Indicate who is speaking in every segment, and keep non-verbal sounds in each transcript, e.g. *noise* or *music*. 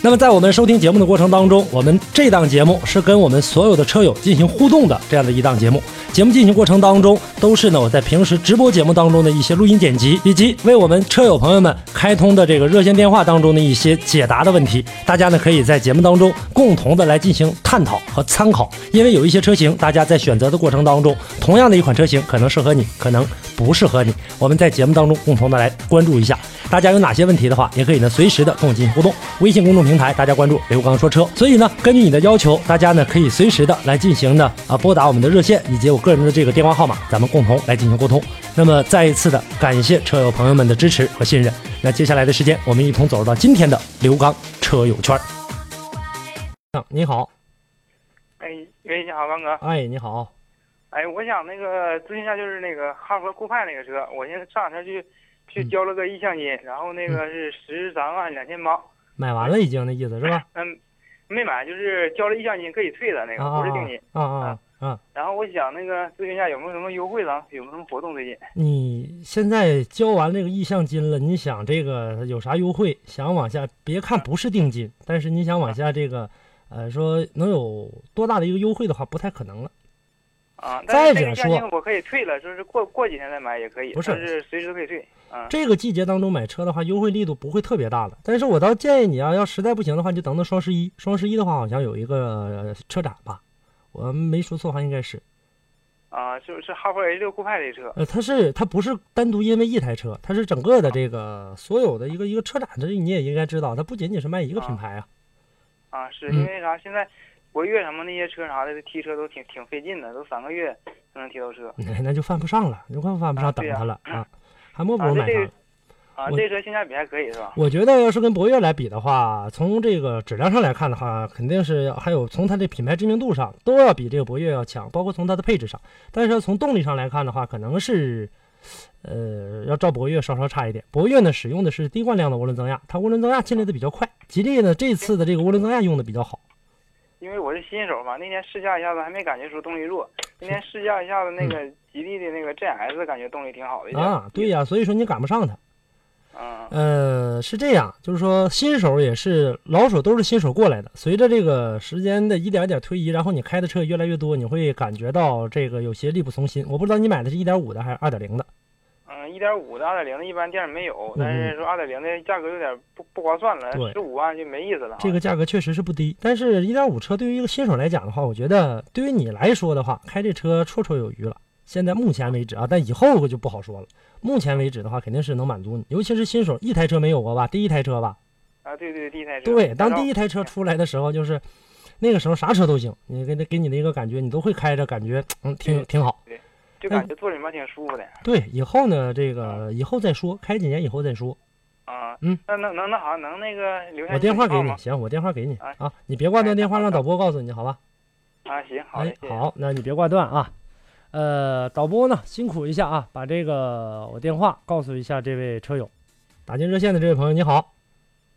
Speaker 1: 那么在我们收听节目的过程当中，我们这档节目是跟我们所有的车友进行互动的这样的一档节目。节目进行过程当中，都是呢我在平时直播节目当中的一些录音剪辑，以及为我们车友朋友们开通的这个热线电话当中的一些解答的问题。大家呢可以在节目当中共同的来进行探讨和参考，因为有一些车型，大家在选择的过程当中，同样的一款车型可能适合你，可能不适合你。我们在节目当中共同的来关注一下。大家有哪些问题的话，也可以呢随时的跟我进行互动。微信公众平台大家关注“刘刚说车”，所以呢，根据你的要求，大家呢可以随时的来进行呢啊拨打我们的热线以及我个人的这个电话号码，咱们共同来进行沟通。那么再一次的感谢车友朋友们的支持和信任。那接下来的时间，我们一同走入到今天的刘刚车友圈。啊，你好，
Speaker 2: 哎，喂，你好，刚哥。
Speaker 1: 哎，你好，
Speaker 2: 哎，我想那个咨询一下，就是那个哈佛酷派那个车，我现在上两天去
Speaker 1: 嗯
Speaker 2: 去交了个意向金，然后那个是十三万两千八，
Speaker 1: 买完了已经的意嗯思是吧？
Speaker 2: 嗯，没买，就是交了意向金可以退的那
Speaker 1: 啊
Speaker 2: 个，不是定金。
Speaker 1: 啊啊啊啊！
Speaker 2: 然后我想那个咨询一下有没有什么优惠呢？有没有什么活动最近？
Speaker 1: 你现在交完这个意向金了，你想这个有啥优惠？想往下，别看不是定金，但是你想往下这个，呃，说能有多大的一个优惠的话，不太可能了。
Speaker 2: 啊，但
Speaker 1: 再
Speaker 2: 是这个
Speaker 1: 者
Speaker 2: 意向金我可以退了，就是过过几天再买也可以，
Speaker 1: 不是
Speaker 2: 但是随时都可以退。啊，
Speaker 1: 这个季节当中买车的话，优惠力度不会特别大了。但是我倒建议你啊，要实在不行的话，你就等到双十一。双十一的话，好像有一个、呃车展吧，我没说错的话，应该是。
Speaker 2: 啊，就是哈佛 H 六酷派这车。
Speaker 1: 呃，它是它不是单独因为一台车，它是整个的这个所有的一个一个车展，这你也应该知道，它不仅仅是卖一个品牌啊。 *laughs*
Speaker 2: 啊，是
Speaker 1: 嗯
Speaker 2: 因为啥？现在国越什么那些车啥的，提车都挺挺费劲的，都三个月才能提到车。
Speaker 1: 那那就犯不上了，你快犯不上
Speaker 2: 啊
Speaker 1: 等
Speaker 2: 对
Speaker 1: 它
Speaker 2: 呀
Speaker 1: 了啊，还莫不
Speaker 2: 啊
Speaker 1: 如
Speaker 2: 这
Speaker 1: 买它。
Speaker 2: 啊，
Speaker 1: 我
Speaker 2: 这车性价比还可以是吧？
Speaker 1: 我觉得要是跟博越来比的话，从这个质量上来看的话，肯定是还有从它的品牌知名度上都要比这个博越要强，包括从它的配置上。但是要从动力上来看的话，可能是，呃，要照博越稍稍差一点。博越呢使用的是低惯量的涡轮增压，它涡轮增压进来的比较快。吉利呢这次的这个涡轮增压用的比较好。
Speaker 2: 因为我是新手嘛，那天试驾一下子还没感觉出动力弱，那天试驾一下子那个吉利的那个 GS 感觉动力挺好的。
Speaker 1: 嗯啊，对呀、所以说你赶不上它。
Speaker 2: 嗯，
Speaker 1: 呃，是这样，就是说新手也是老手，都是新手过来的。随着这个时间的一点一点推移，然后你开的车也越来越多，你会感觉到这个有些力不从心。我不知道你买的是一点五的还是二点零的。
Speaker 2: 嗯，一点五的、二点零的，一般店儿没有
Speaker 1: 嗯，
Speaker 2: 但是说二点零的价格有点不不划算了
Speaker 1: 对，
Speaker 2: 十五万就没意思了。
Speaker 1: 这个价格确实是不低，但是一点五车对于一个新手来讲的话，我觉得对于你来说的话，开这车绰绰有余了。现在目前为止啊，但以后我就不好说了。目前为止的话，肯定是能满足你，尤其是新手，一台车没有过吧，第一台车吧，
Speaker 2: 啊，对对，第一台车。
Speaker 1: 对，当
Speaker 2: 然后
Speaker 1: 第一台车出来的时候，就是那个时候啥车都行，你给给你的一个感觉，你都会开着，感觉嗯挺挺好。
Speaker 2: 就
Speaker 1: 嗯
Speaker 2: 感觉坐里面挺舒服的。
Speaker 1: 对，以后呢，这个以后再说，开几年以后再说。
Speaker 2: 啊，
Speaker 1: 嗯，
Speaker 2: 那能能那啥，能那个留下
Speaker 1: 我
Speaker 2: 你的
Speaker 1: 电话
Speaker 2: 号
Speaker 1: 给你
Speaker 2: 吗，
Speaker 1: 行，我电话给你
Speaker 2: 哎
Speaker 1: 啊，你别挂断
Speaker 2: 哎
Speaker 1: 电话，
Speaker 2: 好
Speaker 1: 让
Speaker 2: 的
Speaker 1: 导播告诉你，好吧？
Speaker 2: 啊，行，好
Speaker 1: 哎
Speaker 2: 嘞，谢，谢
Speaker 1: 好，那你别挂断啊。呃，导播呢，辛苦一下啊，把这个我电话告诉一下这位车友。打进热线的这位朋友，你好，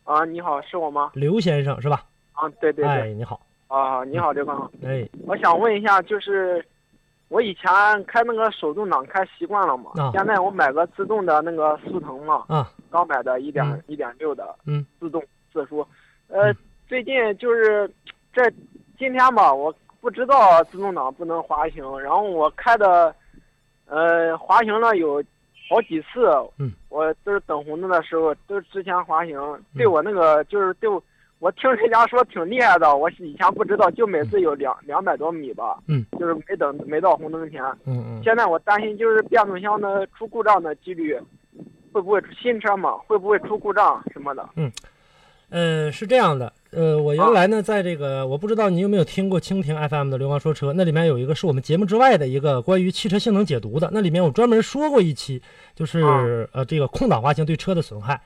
Speaker 3: 啊，你好，是我吗？
Speaker 1: 刘先生是吧？
Speaker 3: 啊，对对对，
Speaker 1: 哎，你好，
Speaker 3: 啊，你好，刘刚，
Speaker 1: 哎，
Speaker 3: 我想问一下，就是我以前开那个手动挡开习惯了嘛，
Speaker 1: 啊
Speaker 3: 现在我买个自动的那个速腾嘛，
Speaker 1: 啊，
Speaker 3: 刚买的一点
Speaker 1: 嗯
Speaker 3: 一点六的，
Speaker 1: 嗯，
Speaker 3: 自动四驱，呃
Speaker 1: 嗯，
Speaker 3: 最近就是在今天吧，我不知道自动挡不能滑行，然后我开的，呃，滑行了有好几次，
Speaker 1: 嗯，
Speaker 3: 我就是等红灯的时候，都是之前滑行，
Speaker 1: 嗯
Speaker 3: 对我那个就是对我。我听人家说挺厉害的，我以前不知道，就每次有两两百多米吧，
Speaker 1: 嗯，
Speaker 3: 就是没等没到红灯前，
Speaker 1: 嗯嗯
Speaker 3: 现在我担心就是变速箱的出故障的几率，会不会出新车嘛？会不会出故障什么的？
Speaker 1: 呃，是这样的，呃，我
Speaker 4: 哦
Speaker 1: 原来呢，在这个我不知道你有没有听过蜻蜓 FM 的《流氓说车》，那里面有一个是我们节目之外的一个关于汽车性能解读的，那里面我专门说过一期，就是、
Speaker 3: 啊
Speaker 4: 哦
Speaker 1: 呃这个空挡滑行对车的损害，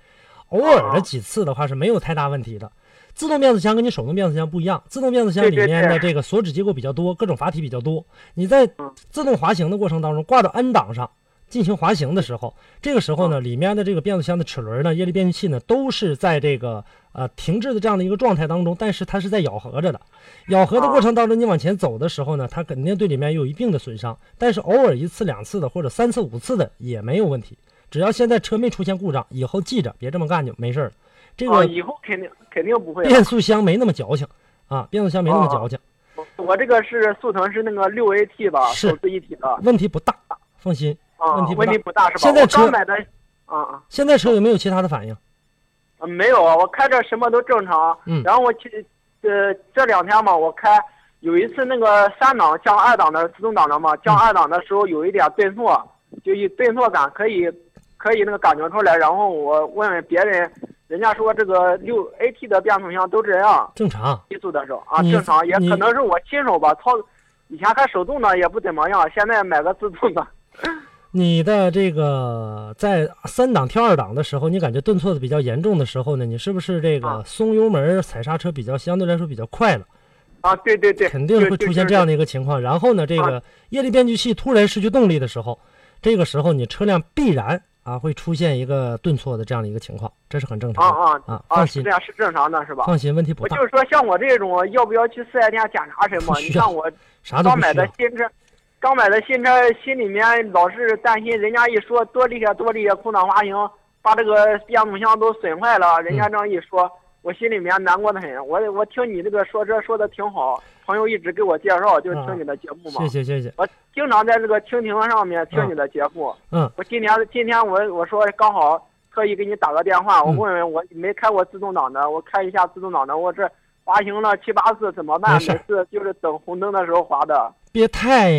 Speaker 1: 偶尔的几次的话是没有太大问题的。自动变速箱跟你手动变速箱不一样，自动变速箱里
Speaker 4: 对对
Speaker 1: 面的
Speaker 4: 对嗯
Speaker 1: 这个锁止结构比较多，各种阀体比较多。你在自动滑行的过程当中，挂到 N 档上进行滑行的时候，这个时候呢，
Speaker 4: 嗯
Speaker 1: 里面的这个变速箱的齿轮呢、液力变矩器呢，都是在这个呃停滞的这样的一个状态当中，但是它是在咬合着的。咬合的过程当中，你往前走的时候呢，它肯定对里面有一定的损伤，但是偶尔一次、两次的或者三次、五次的也没有问题。只要现在车没出现故障，以后记着别这么干就没事儿了。这
Speaker 4: 啊，
Speaker 1: 个
Speaker 4: 以后肯定肯定不会了
Speaker 1: 变。速箱没那么矫情啊，变速箱没那么矫情，
Speaker 4: 我这个是速腾是那个六 AT 吧，
Speaker 1: 是
Speaker 4: 手自一体的
Speaker 1: 问题不大，放心。
Speaker 4: 啊，
Speaker 1: 问
Speaker 4: 问
Speaker 1: 题不大
Speaker 4: 不大是吧？
Speaker 1: 现在
Speaker 4: 我
Speaker 1: 车
Speaker 4: 刚买的，啊啊。
Speaker 1: 现在车有没有其他的反应？
Speaker 4: 呃没有啊，我开着什么都正常。啊
Speaker 1: 嗯
Speaker 4: 然后我去，呃，这两天嘛，我开有一次那个三档降二档的自动挡的嘛，降
Speaker 1: 嗯
Speaker 4: 二档的时候有一点顿挫，就一顿挫感可以，可以那个感觉出来。然后我问问别人，人家说这个六 AT 的变速箱都这样，
Speaker 1: 正常。
Speaker 4: 低速的时候啊，
Speaker 1: 你
Speaker 4: 正常，也
Speaker 1: 你
Speaker 4: 可能是我新手吧，操，以前开手动的也不怎么样，现在买个自动的。
Speaker 1: 你的这个在三档跳二档的时候，你感觉顿挫的比较严重的时候呢，你是不是这个
Speaker 4: 啊
Speaker 1: 松油门踩刹车比较相对来说比较快了？
Speaker 4: 啊，对对对，
Speaker 1: 肯定
Speaker 4: 就
Speaker 1: 会
Speaker 4: 就
Speaker 1: 出现
Speaker 4: 就
Speaker 1: 这样的一个情况。然后呢，这个液力变矩器突然失去动力的时候，这个时候你车辆必然啊会出现一个顿挫的这样的一个情况，这是很正常
Speaker 4: 啊
Speaker 1: 的
Speaker 4: 啊
Speaker 1: 啊，
Speaker 4: 啊，
Speaker 1: 放
Speaker 4: 是
Speaker 1: 心
Speaker 4: 这，样是正常的，是吧？
Speaker 1: 放心，问题不
Speaker 4: 我
Speaker 1: 大
Speaker 4: 就，是说，像我这种，要不要去四 S 店检查什
Speaker 1: 不
Speaker 4: 么？你
Speaker 1: *laughs* 需要
Speaker 4: 看我
Speaker 1: 啥都
Speaker 4: 刚
Speaker 1: 不
Speaker 4: 买
Speaker 1: 需
Speaker 4: 的
Speaker 1: 要。
Speaker 4: 新车，刚买的新车，心里面老是担心，人家一说多厉害多厉害，空挡滑行，把这个变速箱都损坏了，人家
Speaker 1: 嗯
Speaker 4: 这样一说，我心里面难过的很。我我听你这个说车说的挺好，朋友一直给我介绍，就
Speaker 1: 啊
Speaker 4: 听你的节目嘛。
Speaker 1: 谢谢谢谢，
Speaker 4: 我经常在这个蜻蜓上面听你的节目。
Speaker 1: 嗯
Speaker 4: 我今年今天我我说刚好特意给你打个电话，我
Speaker 1: 嗯
Speaker 4: 问问我没开过自动挡的，我开一下自动挡的，我这滑行了七八次怎么
Speaker 1: 没
Speaker 4: 办？
Speaker 1: 事
Speaker 4: 每次就是等红灯的时候滑的。
Speaker 1: 别太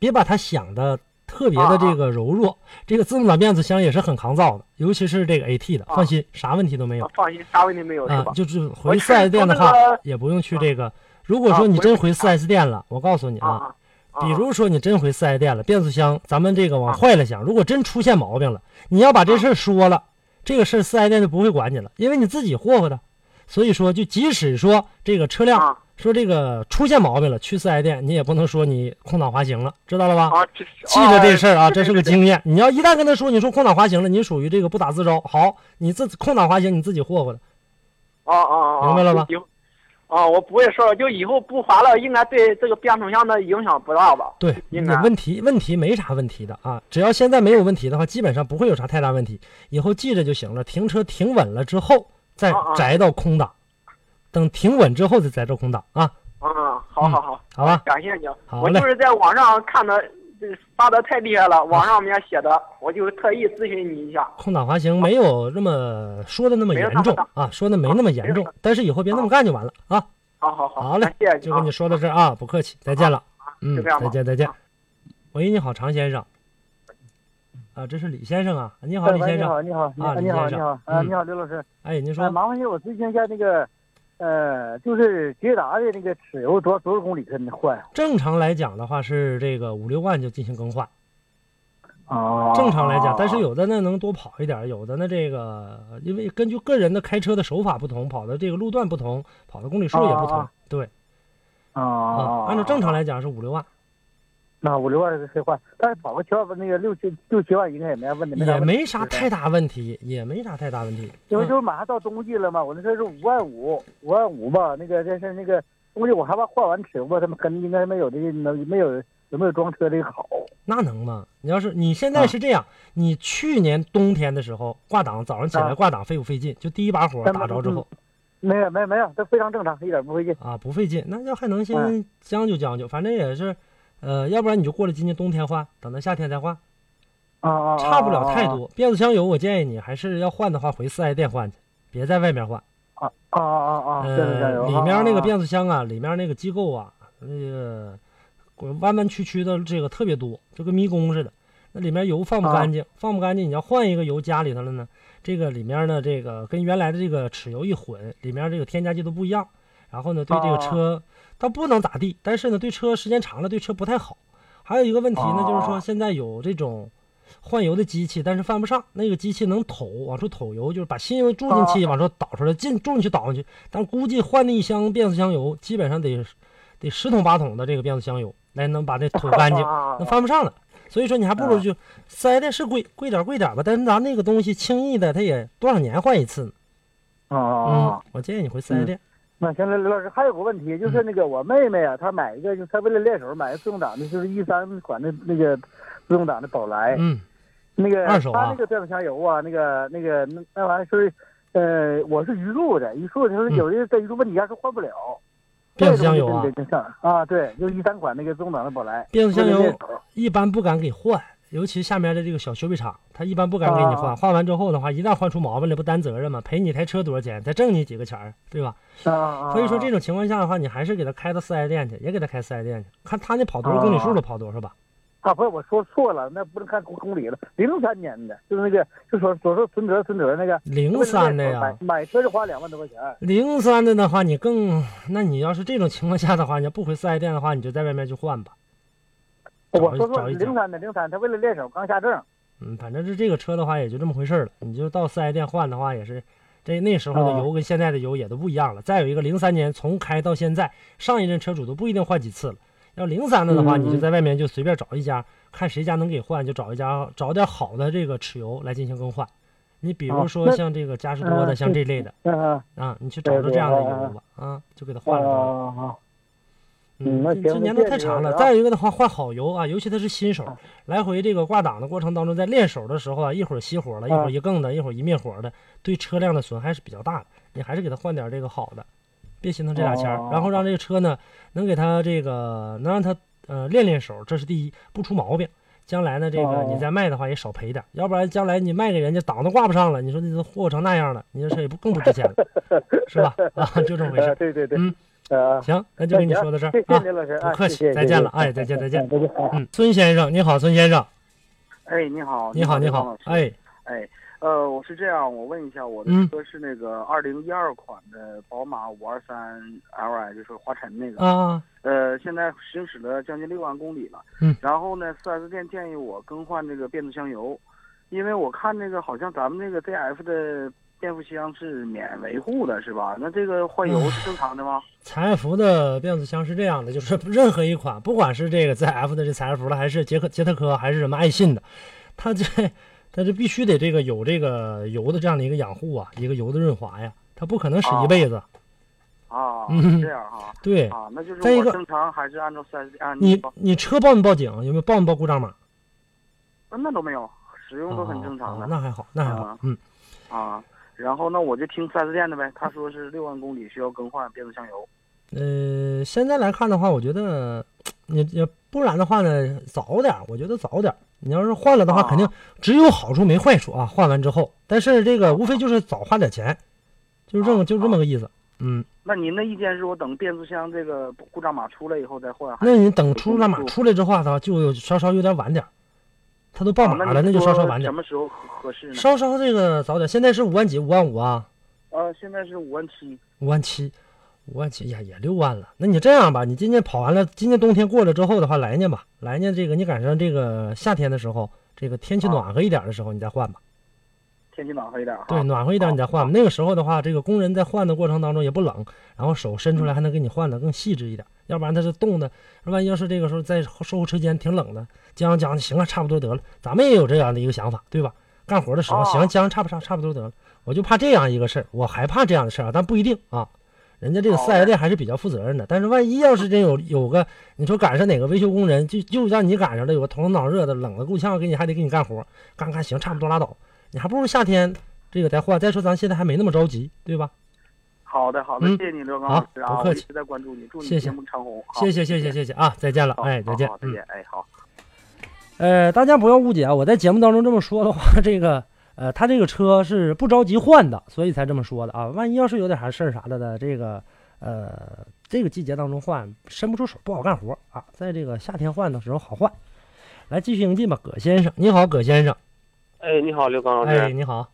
Speaker 1: 别把它想的特别
Speaker 4: 啊
Speaker 1: 的这个柔弱，这个自动挡变速箱也是很抗造的，尤其是这个 AT 的，
Speaker 4: 啊
Speaker 1: 放心，啥问题都没有。
Speaker 4: 放心，啥问题没有是
Speaker 1: 啊
Speaker 4: 吧，？
Speaker 1: 就是回
Speaker 4: 我
Speaker 1: 四
Speaker 4: 是
Speaker 1: S 店的
Speaker 4: 从那
Speaker 1: 话
Speaker 4: 个，
Speaker 1: 也不用去这个。如果说
Speaker 4: 啊
Speaker 1: 你
Speaker 4: 我
Speaker 1: 真
Speaker 4: 是
Speaker 1: 回四 S 店了，我告诉你啊，
Speaker 4: 啊啊！
Speaker 1: 比如说你真回四 S 店了，变速箱咱们这个往坏了想，如果真出现毛病了，你要把这事
Speaker 4: 啊
Speaker 1: 儿说了，这个事儿四 S 店就不会管你了，因为你自己霍霍的。所以说，就即使说这个车辆
Speaker 4: 啊
Speaker 1: 说这个出现毛病了，去四 S 店你也不能说你空挡滑行了，知道了吧？
Speaker 4: 啊，记
Speaker 1: 记着这事儿
Speaker 4: 哦
Speaker 1: 啊，这是个
Speaker 4: 经。
Speaker 1: 经验。你要一旦跟他说，你说空挡滑行了，你属于这个不打自招。好，你自空挡滑行你自己霍霍的。
Speaker 4: 哦哦哦，
Speaker 1: 明白了吧
Speaker 4: 就以后？哦，我不会说了，就以后不滑了，应该对这个变速箱的影响不大吧？
Speaker 1: 对，
Speaker 4: 应
Speaker 1: 你
Speaker 4: 该
Speaker 1: 问题问题没啥问题的啊，只要现在没有问题的话，基本上不会有啥太大问题。以后记着就行了，停车停稳了之后再
Speaker 4: 啊啊
Speaker 1: 摘到空档，等停稳之后再摘到空档啊，
Speaker 4: 嗯，好好好，
Speaker 1: 好吧？
Speaker 4: 感谢你啊。
Speaker 1: 好
Speaker 4: 我
Speaker 1: 嘞
Speaker 4: 就是在网上看的，这发的太厉害了，网上面写的，我就特意咨询你一下。
Speaker 1: 空挡滑行没有那么说的那么
Speaker 4: 没有
Speaker 1: 严
Speaker 4: 那么
Speaker 1: 重
Speaker 4: 大
Speaker 1: 啊，说的没那么严
Speaker 4: 没有
Speaker 1: 重，但是以后别那么干就完了啊。
Speaker 4: 好好好，
Speaker 1: 好嘞
Speaker 4: 感谢你
Speaker 1: 就
Speaker 4: 啊
Speaker 1: 跟你说到这儿啊，不客气，再见了。嗯，
Speaker 4: 就这样吧
Speaker 1: 再见再见
Speaker 4: 啊。
Speaker 1: 喂，你好，常先生。啊，这是李先生啊，你好，
Speaker 5: 喂
Speaker 1: 李
Speaker 5: 哎喂
Speaker 1: 先
Speaker 5: 你
Speaker 1: 生。
Speaker 5: 好，你好，你
Speaker 1: 啊
Speaker 5: 好，
Speaker 1: 李
Speaker 5: 你好，
Speaker 1: 先
Speaker 5: 你
Speaker 1: 生
Speaker 5: 好，啊，
Speaker 1: 嗯
Speaker 5: 你好，刘老师，
Speaker 1: 哎，您说
Speaker 5: 呃，麻烦你我咨询一下那个，呃，就是捷达的那个齿油多多少公里可以换啊
Speaker 1: 正常来讲的话是这个五六万就进行更换，
Speaker 5: 啊？
Speaker 1: 正常来讲，但是有的呢能多跑一点，有的呢这个因为根据个人的开车的手法不同，跑的这个路段不同，跑的公里数也不同
Speaker 5: 啊，
Speaker 1: 对
Speaker 5: 啊哦
Speaker 1: 啊，，按照正常来讲是五六万，
Speaker 5: 那五六万可以换，但是跑个七万那个六七六七万应该也没问题，
Speaker 1: 也
Speaker 5: 没
Speaker 1: 没啥太大问题，也没啥太大问题。
Speaker 5: 因为
Speaker 1: 嗯
Speaker 5: 就是马上到冬季了嘛，我那车是五万五，五万五吧，那个但是那个冬季我害怕换完齿油吧，他们可能应该没有这个能没有有没有装车这个好
Speaker 1: 那能吗？你要是你现
Speaker 5: 啊
Speaker 1: 在是这样，你去年冬天的时候挂档，早上起来
Speaker 5: 啊
Speaker 1: 挂档费不费劲？就第一把火
Speaker 5: 但
Speaker 1: 打着之后
Speaker 5: 没有没有没有，这非常正常，一点不费劲。
Speaker 1: 啊，不费劲，那就还能先
Speaker 5: 嗯
Speaker 1: 将就将就，反正也是，呃，要不然你就过了今年冬天换，等到夏天再换，
Speaker 5: 啊啊，啊
Speaker 1: 差不了太。
Speaker 5: 啊啊
Speaker 1: 多。变速箱油，我建议你还是要换的话，回四 S 店换去，别在外面换。
Speaker 5: 啊啊啊啊！对对
Speaker 1: 呃，
Speaker 5: 对，
Speaker 1: 里面那个变速箱啊，里面那个机构啊，那个弯弯曲曲的这个特别多，就跟迷宫似的。那里面油放不
Speaker 5: 啊
Speaker 1: 干净，放不干净，你要换一个油加里头了呢，这个里面呢，这个跟原来的这个齿油一混，里面这个添加剂都不一样。然后呢，对这个
Speaker 5: 啊
Speaker 1: 车倒不能咋地，但是呢，对车时间长了对车不太好。还有一个问题呢，就是说
Speaker 5: 啊
Speaker 1: 现在有这种换油的机器，但是犯不上。那个机器能抖，往出抖油，就是把新油注
Speaker 5: 啊
Speaker 1: 进去，往出倒出来，进注进去倒进去。但估计换那一箱变速箱油，基本上得得十桶八桶的这个变速箱油，来能把这吐干净，那犯不上了。所以说你还不如就塞的是贵贵点儿贵点儿吧，但是咱那个东西轻易的，它也多少年换一次呢。
Speaker 5: 啊啊
Speaker 1: 嗯，，我建议你回塞
Speaker 5: 嗯
Speaker 1: 店。
Speaker 5: 那行了，刘老师还有个问
Speaker 1: 嗯
Speaker 5: 题，就是那个我妹妹啊，她买一个，就她为了练手买个自动挡的，就是一三款的那个自动挡的宝来，
Speaker 1: 嗯
Speaker 5: 那个
Speaker 1: 二手啊
Speaker 5: 他那个变速箱油啊，那个那个那那玩意儿是，呃，我是榆树的，榆树他说
Speaker 1: 嗯
Speaker 5: 有的在榆树问题下是换不了。
Speaker 1: 变速箱油啊
Speaker 5: 这东西真真事儿啊，对，就是一三款那个自动挡的宝来。
Speaker 1: 变速箱油
Speaker 5: 那个
Speaker 1: 一般不敢给换，尤其下面的这个小修理厂，他一般不敢给你换。
Speaker 5: 啊
Speaker 1: 换完之后的话，一旦换出毛病来，不担责任吗？赔你台车多少钱，再挣你几个钱儿，对吧？
Speaker 5: 啊啊！
Speaker 1: 所以说这种情况下的话，你还是给他开到四 S 店去，也给他开四 S 店去，看他那跑多少公里数了，跑多少吧。
Speaker 5: 啊，不是我说错了，那不能看公公里了，零三年的，就是那个，就说所说孙哲孙哲那个
Speaker 1: 零三的
Speaker 5: 买
Speaker 1: 呀，
Speaker 5: 买车就花两万多块钱。
Speaker 1: 零三的的话，你更，那你要是这种情况下的话，你要不回四 S 店的话，你就在外面去换吧。
Speaker 6: 哦
Speaker 1: 找
Speaker 5: 我
Speaker 1: 一
Speaker 5: 说错
Speaker 1: 找
Speaker 5: 了，
Speaker 1: 一找
Speaker 5: 零三的零三，他为了练手刚下证。
Speaker 1: 嗯，反正是这个车的话，也就这么回事儿了。你就到四 S 店换的话，也是这那时候的
Speaker 5: 哦
Speaker 1: 油跟现在的油也都不一样了。再有一个，零三年从开到现在，上一任车主都不一定换几次了。要零三的的话，
Speaker 5: 嗯
Speaker 1: 你就在外面就随便找一家，看谁家能给换，就找一家找点好的这个齿油来进行更换。你比如
Speaker 5: 哦
Speaker 1: 说
Speaker 5: 那
Speaker 1: 像这个嘉实多的，
Speaker 5: 嗯
Speaker 1: 像这类的
Speaker 5: 嗯啊
Speaker 1: 啊，你去找着这样的油吧，啊，就给它换了得了。
Speaker 5: 啊
Speaker 1: 嗯
Speaker 5: 啊！嗯，那
Speaker 1: 这
Speaker 5: 行
Speaker 1: 这年头太长了。
Speaker 5: 那这个
Speaker 1: 再有一个的话，换好油啊，尤其他是新手，来回这个挂档的过程当中，在练手的时候啊，一会儿熄火了，一会儿一更的，一会儿一灭火的，对车辆的损害是比较大的。你还是给他换点这个好的，别心疼这俩钱儿。
Speaker 5: 哦
Speaker 1: 然后让这个车呢，能给他这个能让他呃练练手，这是第一，不出毛病。将来呢，这个
Speaker 5: 哦
Speaker 1: 你再卖的话也少赔点儿，要不然将来你卖给人家档都挂不上了，你说你都霍霍成那样了，你这车也不更不值钱了，是吧？啊，就这么回事
Speaker 5: 呃
Speaker 1: 儿。
Speaker 5: 对 *laughs* 对对，
Speaker 1: 嗯，
Speaker 5: 呃，
Speaker 1: 行，那就跟你说到这儿
Speaker 5: 谢谢
Speaker 1: 啊
Speaker 5: 刘。老师，
Speaker 1: 不
Speaker 5: 啊
Speaker 1: 客
Speaker 5: 谢
Speaker 1: 气
Speaker 5: 谢
Speaker 1: 再见
Speaker 5: 谢
Speaker 1: 了
Speaker 5: 谢
Speaker 1: 哎再见再见
Speaker 5: 嗯再见。
Speaker 1: 嗯，孙先生，你好，孙先生，
Speaker 6: 哎，你好，
Speaker 1: 你好，你
Speaker 6: 张
Speaker 1: 好
Speaker 6: 老，师，
Speaker 1: 哎，
Speaker 6: 呃，我是这样，我问一下，我的
Speaker 1: 嗯
Speaker 6: 车是那个二零一二款的宝马五嗯二三 Li，就是华晨那个，
Speaker 1: 啊，
Speaker 6: 呃，现在行驶了将近六万公里了，
Speaker 1: 嗯，
Speaker 6: 然后呢，四 S 店建议我更换这个变速箱油，因为我看那个好像咱们那个 DF 的变速箱是免维护的，是吧？那这个换油是正常的吗？
Speaker 1: 采埃孚的变速箱是这样的，就是任何一款，不管是这个 ZF 的这采埃孚了，还是捷克捷特科，还是什么爱信的，它这它这必须得这个有这个油的这样的一个养护啊，一个油的润滑呀，它不可能使一辈
Speaker 6: 哦
Speaker 1: 子。
Speaker 6: 啊，
Speaker 1: 嗯
Speaker 6: 是这样哈，
Speaker 1: 对，
Speaker 6: 啊，那就是
Speaker 1: 再一
Speaker 6: 我
Speaker 1: 个
Speaker 6: 正常还是按照四 S 店，啊，
Speaker 1: 你
Speaker 6: 说
Speaker 1: 你车报没报警？有没有报没报故障码？
Speaker 6: 啊那都没有，使用都很正常
Speaker 1: 啊
Speaker 6: 的。
Speaker 1: 啊那还好，那还好
Speaker 6: 啊，
Speaker 1: 嗯，
Speaker 6: 啊，然后呢，我就听4 S 店的呗，他说是六万公里需要更换变速箱油。
Speaker 1: 呃，现在来看的话，我觉得你也不然的话呢，早点儿，我觉得早点儿。你要是换了的话，
Speaker 6: 啊
Speaker 1: 肯定只有好处没坏处啊。换完之后，但是这个无非就是早花点钱，就是这么
Speaker 6: 啊
Speaker 1: 就这么个意思。嗯，
Speaker 6: 那您的意见是我等变速箱这个故障码出来以后再换？还是
Speaker 1: 那你等出那码
Speaker 6: 嗯
Speaker 1: 出来之后啊，就稍稍有点晚点儿，它都报
Speaker 6: 啊
Speaker 1: 码
Speaker 6: 那
Speaker 1: 了，
Speaker 6: 您
Speaker 1: 那就稍稍
Speaker 6: 说
Speaker 1: 晚点
Speaker 6: 什
Speaker 1: 儿，
Speaker 6: 么时候合合适呢？
Speaker 1: 稍稍这个早点儿。现在是五万几，五万五啊，
Speaker 6: 呃，现在是五万七。
Speaker 1: 五万七，五万七呀，也六万了。那你这样吧，你今年跑完了，今年冬天过了之后的话，来年吧，来年这个你赶上这个夏天的时候，这个天气
Speaker 6: 啊
Speaker 1: 暖和一点的时候，你再换吧。
Speaker 6: 天气暖和一点哈。
Speaker 1: 对，暖和一点你再换吧。那个时候的话，这个工人在换的过程当中也不冷，然后手伸出
Speaker 6: 嗯
Speaker 1: 来还能给你换的更细致一点。要不然它是冻的，万一要是这个时候在售后车间挺冷的，将将行啊，差不多得了。咱们也有这样的一个想法，对吧？干活的时候
Speaker 6: 啊
Speaker 1: 行，将差不差差不多得了。我就怕这样一个事儿，我还怕这样的事儿啊，但不一定啊。人家这个
Speaker 6: 好
Speaker 1: 四 S 店还是比较负责任的，但是万一要是真有有个，你说赶上哪个维修工人，就就让你赶上了，有个头疼脑热的，冷的够呛，给你还得给你干活，干干行，差不多拉倒，你还不如夏天这个再换。再说咱现在还没那么着急，对吧？
Speaker 6: 好的，好的，
Speaker 1: 嗯
Speaker 6: 谢谢你，刘刚
Speaker 1: 好
Speaker 6: 老师啊，
Speaker 1: 不
Speaker 6: 我
Speaker 1: 客
Speaker 6: 一
Speaker 1: 气
Speaker 6: 直在关注你，祝你
Speaker 1: 谢谢
Speaker 6: 节目长虹。
Speaker 4: 哦
Speaker 6: 好
Speaker 1: 谢谢谢谢，谢谢啊，再见了，
Speaker 6: 好
Speaker 1: 哎，
Speaker 6: 好
Speaker 1: 再见
Speaker 6: 好，再
Speaker 1: 嗯。
Speaker 6: 见，哎，好。
Speaker 1: 呃，大家不要误解啊，我在节目当中这么说的话， *laughs* 这个呃，他这个车是不着急换的，所以才这么说的啊。万一要是有点啥事儿啥的的，这个呃，这个季节当中换伸不出手，不好干活啊。在这个夏天换的时候好换。来，继续迎进吧，葛先生，你好，葛先生，
Speaker 4: 哎，你好，刘刚老师，
Speaker 1: 哎，你好，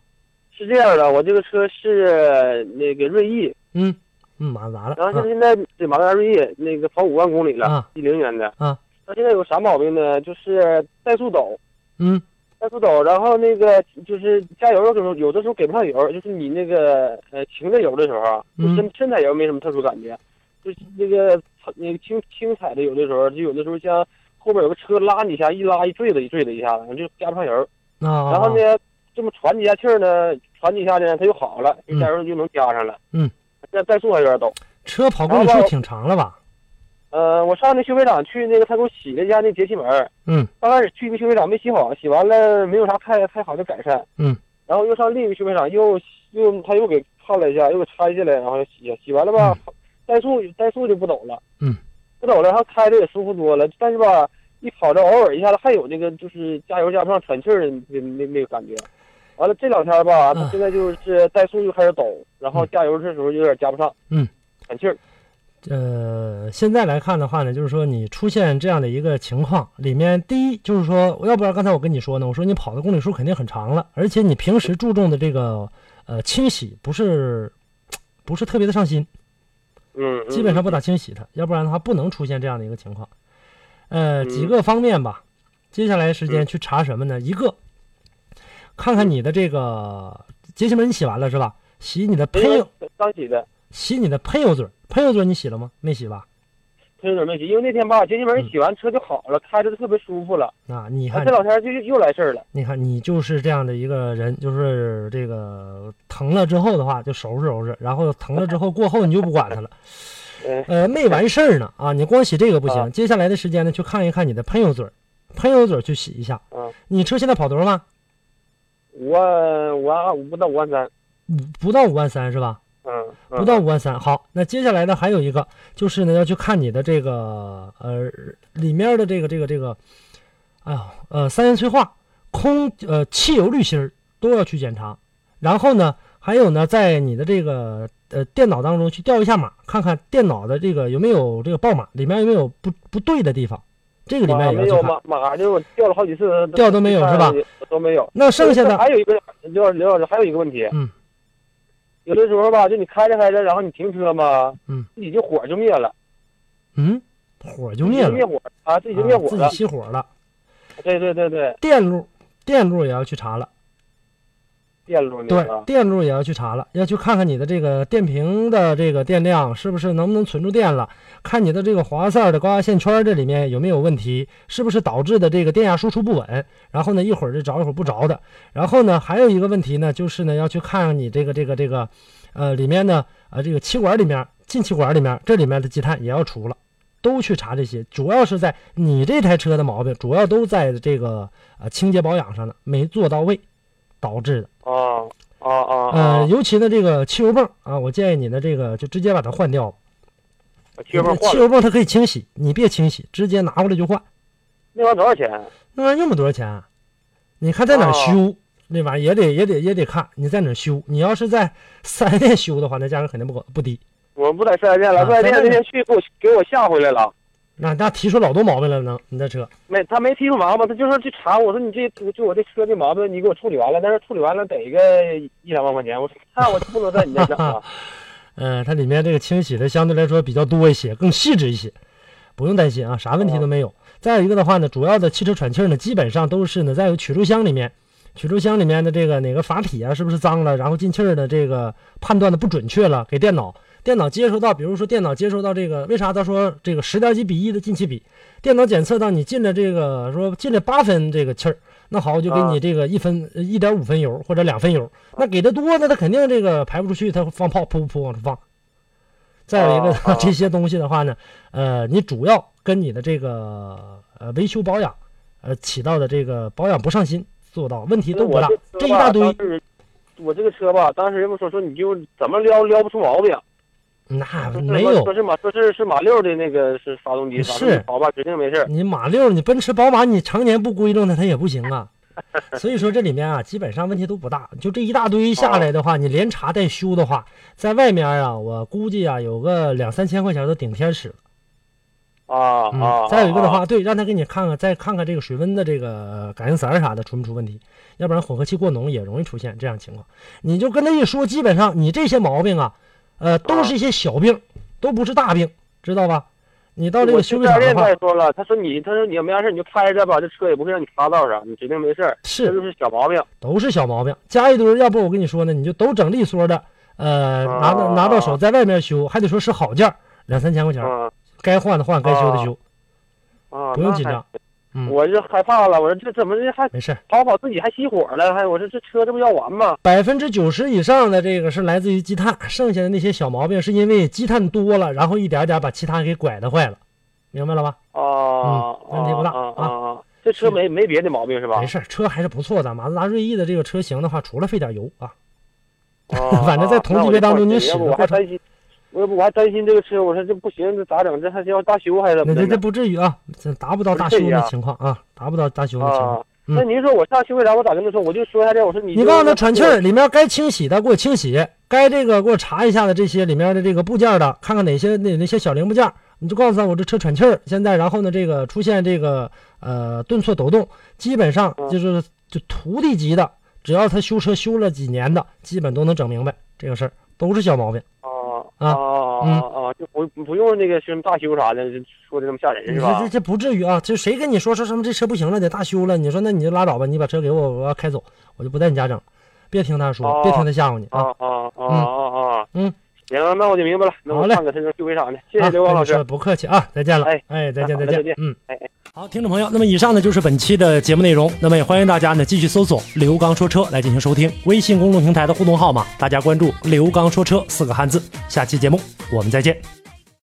Speaker 4: 是这样的，我这个车是那个锐意，
Speaker 1: 嗯嗯，马自达
Speaker 4: 然后
Speaker 1: 的，
Speaker 4: 现在现在、对马自达锐意那个跑五万公里了
Speaker 1: 啊，
Speaker 4: 一零、年的，
Speaker 1: 啊，
Speaker 4: 它现在有啥毛病呢？就是怠速抖，
Speaker 1: 嗯
Speaker 4: 加速走，然后那个就是加油的时候，有的时候给不上油，就是你那个呃停着油的时候，就
Speaker 1: 嗯
Speaker 4: 深深踩油没什么特殊感觉，就是那个呃那个轻轻踩的油的时候，就有的时候像后边有个车拉你一下，一拉一坠子一坠子一下子，就加不上油。
Speaker 1: 啊，
Speaker 4: 然后呢，这么喘几下气儿呢，喘几下呢，它又好了，
Speaker 1: 嗯
Speaker 4: 加油就能加上了。
Speaker 1: 嗯，
Speaker 4: 再再速还有点抖。
Speaker 1: 车跑公里数挺长了吧？
Speaker 4: 呃，我上那修配厂去那个，他给我洗了一下那节气门儿。
Speaker 1: 嗯，
Speaker 4: 刚开始去一个修配厂没洗好，洗完了没有啥太太好的改善。
Speaker 1: 嗯，
Speaker 4: 然后又上另一个修配厂，又又他又给看了一下，又给拆下来，然后洗洗完了吧，怠速怠速就不抖了。
Speaker 1: 嗯，
Speaker 4: 不抖了，然后开的也舒服多了。但是吧，一跑着偶尔一下子还有那个就是加油加不上喘气儿的那那那个感觉。完了这两天吧，他
Speaker 1: 嗯
Speaker 4: 现在就是怠速又开始抖，然后加油的时候有点加不上。
Speaker 1: 嗯，
Speaker 4: 喘气儿。
Speaker 1: 呃，现在来看的话呢，就是说你出现这样的一个情况，里面第一就是说，要不然刚才我跟你说呢，我说你跑的公里数肯定很长了，而且你平时注重的这个呃清洗不是不是特别的上心，
Speaker 4: 嗯，嗯
Speaker 1: 基本上不咋清洗它，要不然的话不能出现这样的一个情况。呃，几个方面吧，接下来时间去查什么呢？一个，看看你的这个节气门你洗完了是吧？洗你的
Speaker 4: 没
Speaker 1: 喷
Speaker 4: 有刚洗嗯的，
Speaker 1: 洗你的喷油嘴儿，喷油嘴儿你洗了吗？没洗吧？
Speaker 4: 喷有点没洗，因为那天吧，节气
Speaker 1: 嗯
Speaker 4: 门洗完车就好了，开着就特别舒服了。
Speaker 1: 啊，你
Speaker 4: 啊
Speaker 1: 看
Speaker 4: 这，两天就又又来事儿了。
Speaker 1: 你看，你就是这样的一个人，就是这个疼了之后的话就收拾收拾，然后疼了之后过后你就不管它了。
Speaker 4: *laughs* 嗯
Speaker 1: 呃，没完事儿呢啊！你光洗这个不行，
Speaker 4: 啊
Speaker 1: 接下来的时间呢，去看一看你的喷油嘴儿，喷油嘴儿去洗一下。
Speaker 4: 嗯
Speaker 1: 你车现在跑多少万？
Speaker 4: 五万五万二，啊不到五万三。
Speaker 1: 嗯不到五万三是吧？
Speaker 4: 嗯，嗯
Speaker 1: 不到五万三。好，那接下来呢还有一个就是呢要去看你的这个呃里面的这个这个这个，哎呦呃三元催化、空呃汽油滤芯儿都要去检查。然后呢，还有呢，在你的这个呃电脑当中去调一下码，看看电脑的这个有没有这个爆码，里面有没有不不对的地方，这个里
Speaker 4: 马
Speaker 1: 面也要
Speaker 4: 啊没
Speaker 1: 去
Speaker 4: 有
Speaker 1: 看。
Speaker 4: 马马就是我掉了好几次，
Speaker 1: 掉都没有是吧？
Speaker 4: 都没有。
Speaker 1: 那剩下的
Speaker 4: 哎还有一个刘老刘老师还有一个问题，
Speaker 1: 嗯，
Speaker 4: 有的时候吧，就你开着开着，然后你停车嘛，
Speaker 1: 嗯，
Speaker 4: 自己就火就灭了，
Speaker 1: 嗯，火就灭
Speaker 4: 自
Speaker 1: 了
Speaker 4: 己，灭火啊，自己就灭
Speaker 1: 啊
Speaker 4: 火
Speaker 1: 自
Speaker 4: 了
Speaker 1: 己。熄火了。
Speaker 4: 对对对对，
Speaker 1: 电路电路也要去查了。
Speaker 4: 电路那
Speaker 1: 对
Speaker 4: 个，
Speaker 1: 电路也要去查了，要去看看你的这个电瓶的这个电量是不是能不能存住电了，看你的这个华塞尔的高压线圈这里面有没有问题，是不是导致的这个电压输出不稳，然后呢一会儿就着一会儿不着的，然后呢还有一个问题呢，就是呢要去看看你这个这个这个，呃里面呢呃这个气管里面进气管里面这里面的积碳也要除了。都去查这些，主要是在你这台车的毛病，主要都在这个呃清洁保养上了，没做到位导致的。
Speaker 4: 啊啊啊
Speaker 1: 呃，
Speaker 4: 啊，
Speaker 1: 尤其呢这个汽油泵啊，我建议你呢这个就直接把它换掉吧。
Speaker 4: 缺份换
Speaker 1: 汽
Speaker 4: 了，
Speaker 1: 油泵它可以清洗，你别清洗，直接拿过来就换。
Speaker 4: 那玩意儿多少钱？
Speaker 1: 那玩意儿用不多少钱、啊，你看在
Speaker 4: 啊
Speaker 1: 哪儿修，那玩意儿也得也得也得看你在哪儿修。你要是在四 S 店修的话，那价格肯定不高不低。
Speaker 4: 我不在四 S 店了，
Speaker 1: 啊
Speaker 4: 四 S 店
Speaker 1: 在外
Speaker 4: 那
Speaker 1: 面
Speaker 4: 天去给我给我吓回来了。
Speaker 1: 那那提出老多毛病了呢，你这车
Speaker 4: 没，他没提出毛病，他就说去查我，说你这就我这车这毛病，你给我处理完了，但是处理完了得个一两万块钱，我说那我就不能在
Speaker 1: *laughs*
Speaker 4: 你这整了。
Speaker 1: 呃，它里面这个清洗的相对来说比较多一些，更细致一些，不用担心啊，啥
Speaker 4: 哦
Speaker 1: 问题都没有。再有一个的话呢，主要的汽车喘气儿呢，基本上都是呢在曲轴箱里面，曲轴箱里面的这个哪个阀体啊，是不是脏了，然后进气儿的这个判断的不准确了，给电脑，电脑接收到，比如说电脑接收到这个，为啥他说这个十点几比一的进气比，电脑检测到你进了这个说进了八分这个气儿。那好，我就给
Speaker 4: 啊
Speaker 1: 你这个一分呃一点五分油或者两分油，那给的多，那他肯定这个排不出去，他放炮噗噗噗往出放。再有一个的话，
Speaker 4: 啊啊
Speaker 1: *laughs* 这些东西的话呢，呃，你主要跟你的这个呃维修保养，呃起到的这个保养不上心做到问题都不
Speaker 4: 我
Speaker 1: 大
Speaker 4: 这，
Speaker 1: 这
Speaker 4: 车
Speaker 1: 一大
Speaker 4: 吧
Speaker 1: 堆，
Speaker 4: 当时我这个车吧，当时人们说说你就怎么撩撩不出毛病，
Speaker 1: 那
Speaker 4: 说是
Speaker 1: 没有
Speaker 4: 说是马说是是马六的那个是发动
Speaker 1: 是
Speaker 4: 机，发动机好吧，指定没事儿。
Speaker 1: 你马六，你奔驰、宝马，你常年不归正它，它也不行
Speaker 4: *laughs*
Speaker 1: 啊。所以说这里面啊，基本上问题都不大。就这一大堆下来的话，你连查带修的话，在外面啊，我估计啊，有个两三千块钱都顶天使了。
Speaker 4: 啊啊！
Speaker 1: 嗯，再有一个的
Speaker 4: 啊，
Speaker 1: 话，对，让他给你看看，再看看这个水温的这个呃感应塞儿啥的出没出问题，要不然混合气过浓也容易出现这样情况。你就跟他一说，基本上你这些毛病啊，呃，都是一些小病，都不是大病，知道吧？你到这个修理厂
Speaker 4: 我去
Speaker 1: 的
Speaker 4: 教练
Speaker 1: 话
Speaker 4: 再，说了，他说你，他说你要没啥事你就开着吧，这车也不会让你擦到啥，你指定没事儿。这
Speaker 1: 是
Speaker 4: 就是小毛病。
Speaker 1: 都是小毛病，加一堆儿，要不我跟你说呢，你就都整利索的，呃，
Speaker 4: 啊
Speaker 1: 拿到拿到手，在外面修，还得说是好件儿，两三千块钱儿，
Speaker 4: 啊
Speaker 1: 该换的换，该修的修，
Speaker 4: 啊，
Speaker 1: 不用
Speaker 4: 那
Speaker 1: 紧
Speaker 4: 还
Speaker 1: 张。嗯
Speaker 4: 我就害怕了，我说这怎么这还
Speaker 1: 没事儿。
Speaker 4: 跑跑自己还熄火了，还我说这车这不要完吗？
Speaker 1: 百分之九十以上的这个是来自于积碳，剩下的那些小毛病是因为积碳多了，然后一点儿点儿把其他给拐的坏了，明白了吧？
Speaker 4: 啊，
Speaker 1: 嗯问题不大
Speaker 4: 啊
Speaker 1: 啊
Speaker 4: 啊啊！这车没没别的毛病是吧？
Speaker 1: 没事儿，车还是不错的。马自达锐意的这个车型的话，除了费点油啊，
Speaker 4: 啊
Speaker 1: *laughs* 反正在同级别当中你
Speaker 4: 那我就
Speaker 1: 使
Speaker 4: 放心
Speaker 1: 得
Speaker 4: 要不我
Speaker 1: 过程
Speaker 4: 还担心，我我还担心这个车，我说这不行，这咋整？这还是要大修还是怎
Speaker 1: 那
Speaker 4: 么
Speaker 1: 这这
Speaker 4: 的？
Speaker 1: 不至于啊，这达不到大修的情况啊，达不到大修的情况
Speaker 4: 啊。，那您说我上修为啥？我咋跟他说？我就说一下这，我说你
Speaker 1: 你
Speaker 4: 就
Speaker 1: 告诉他喘气儿，里面该清洗的给我清洗，该这个给我查一下的这些里面的这个部件的，看看哪些哪哪些小零部件，你就告诉他我这车喘气儿，现在然后呢这个出现这个呃顿挫抖动，基本上
Speaker 4: 嗯
Speaker 1: 就是就徒弟级的，只要他修车修了几年的，基本都能整明白这个事儿，都是小毛病。
Speaker 4: 啊
Speaker 1: 啊
Speaker 4: 啊啊啊！就不不用那个什么大修啥的，说的那么吓人
Speaker 1: 你
Speaker 4: 是
Speaker 1: 说
Speaker 4: 吧
Speaker 1: 这？这不至于啊，就谁跟你说说什么这车不行了，得大修了，你说那你就拉倒吧，你把车给我，我要开走，我就不在你家整了，别听他说，别听他吓唬你啊。
Speaker 4: 啊啊啊啊啊！
Speaker 1: 嗯，
Speaker 4: 行，那我就明白了，那
Speaker 1: 好
Speaker 4: 我
Speaker 1: 嘞
Speaker 4: 看看他能修为啥的。谢
Speaker 1: 啊
Speaker 4: 谢刘光老师
Speaker 1: 那。你说不客气啊，再见了，
Speaker 4: 哎
Speaker 1: 哎，再见，
Speaker 4: 好
Speaker 1: 再
Speaker 4: 的
Speaker 1: 见
Speaker 4: 再见，
Speaker 1: 嗯，
Speaker 4: 哎哎
Speaker 1: 好，听众朋友，那么以上呢就是本期的节目内容，那么也欢迎大家呢继续搜索“刘刚说车”来进行收听，微信公众平台的互动号码，大家关注“刘刚说车”四个汉字，下期节目我们再见。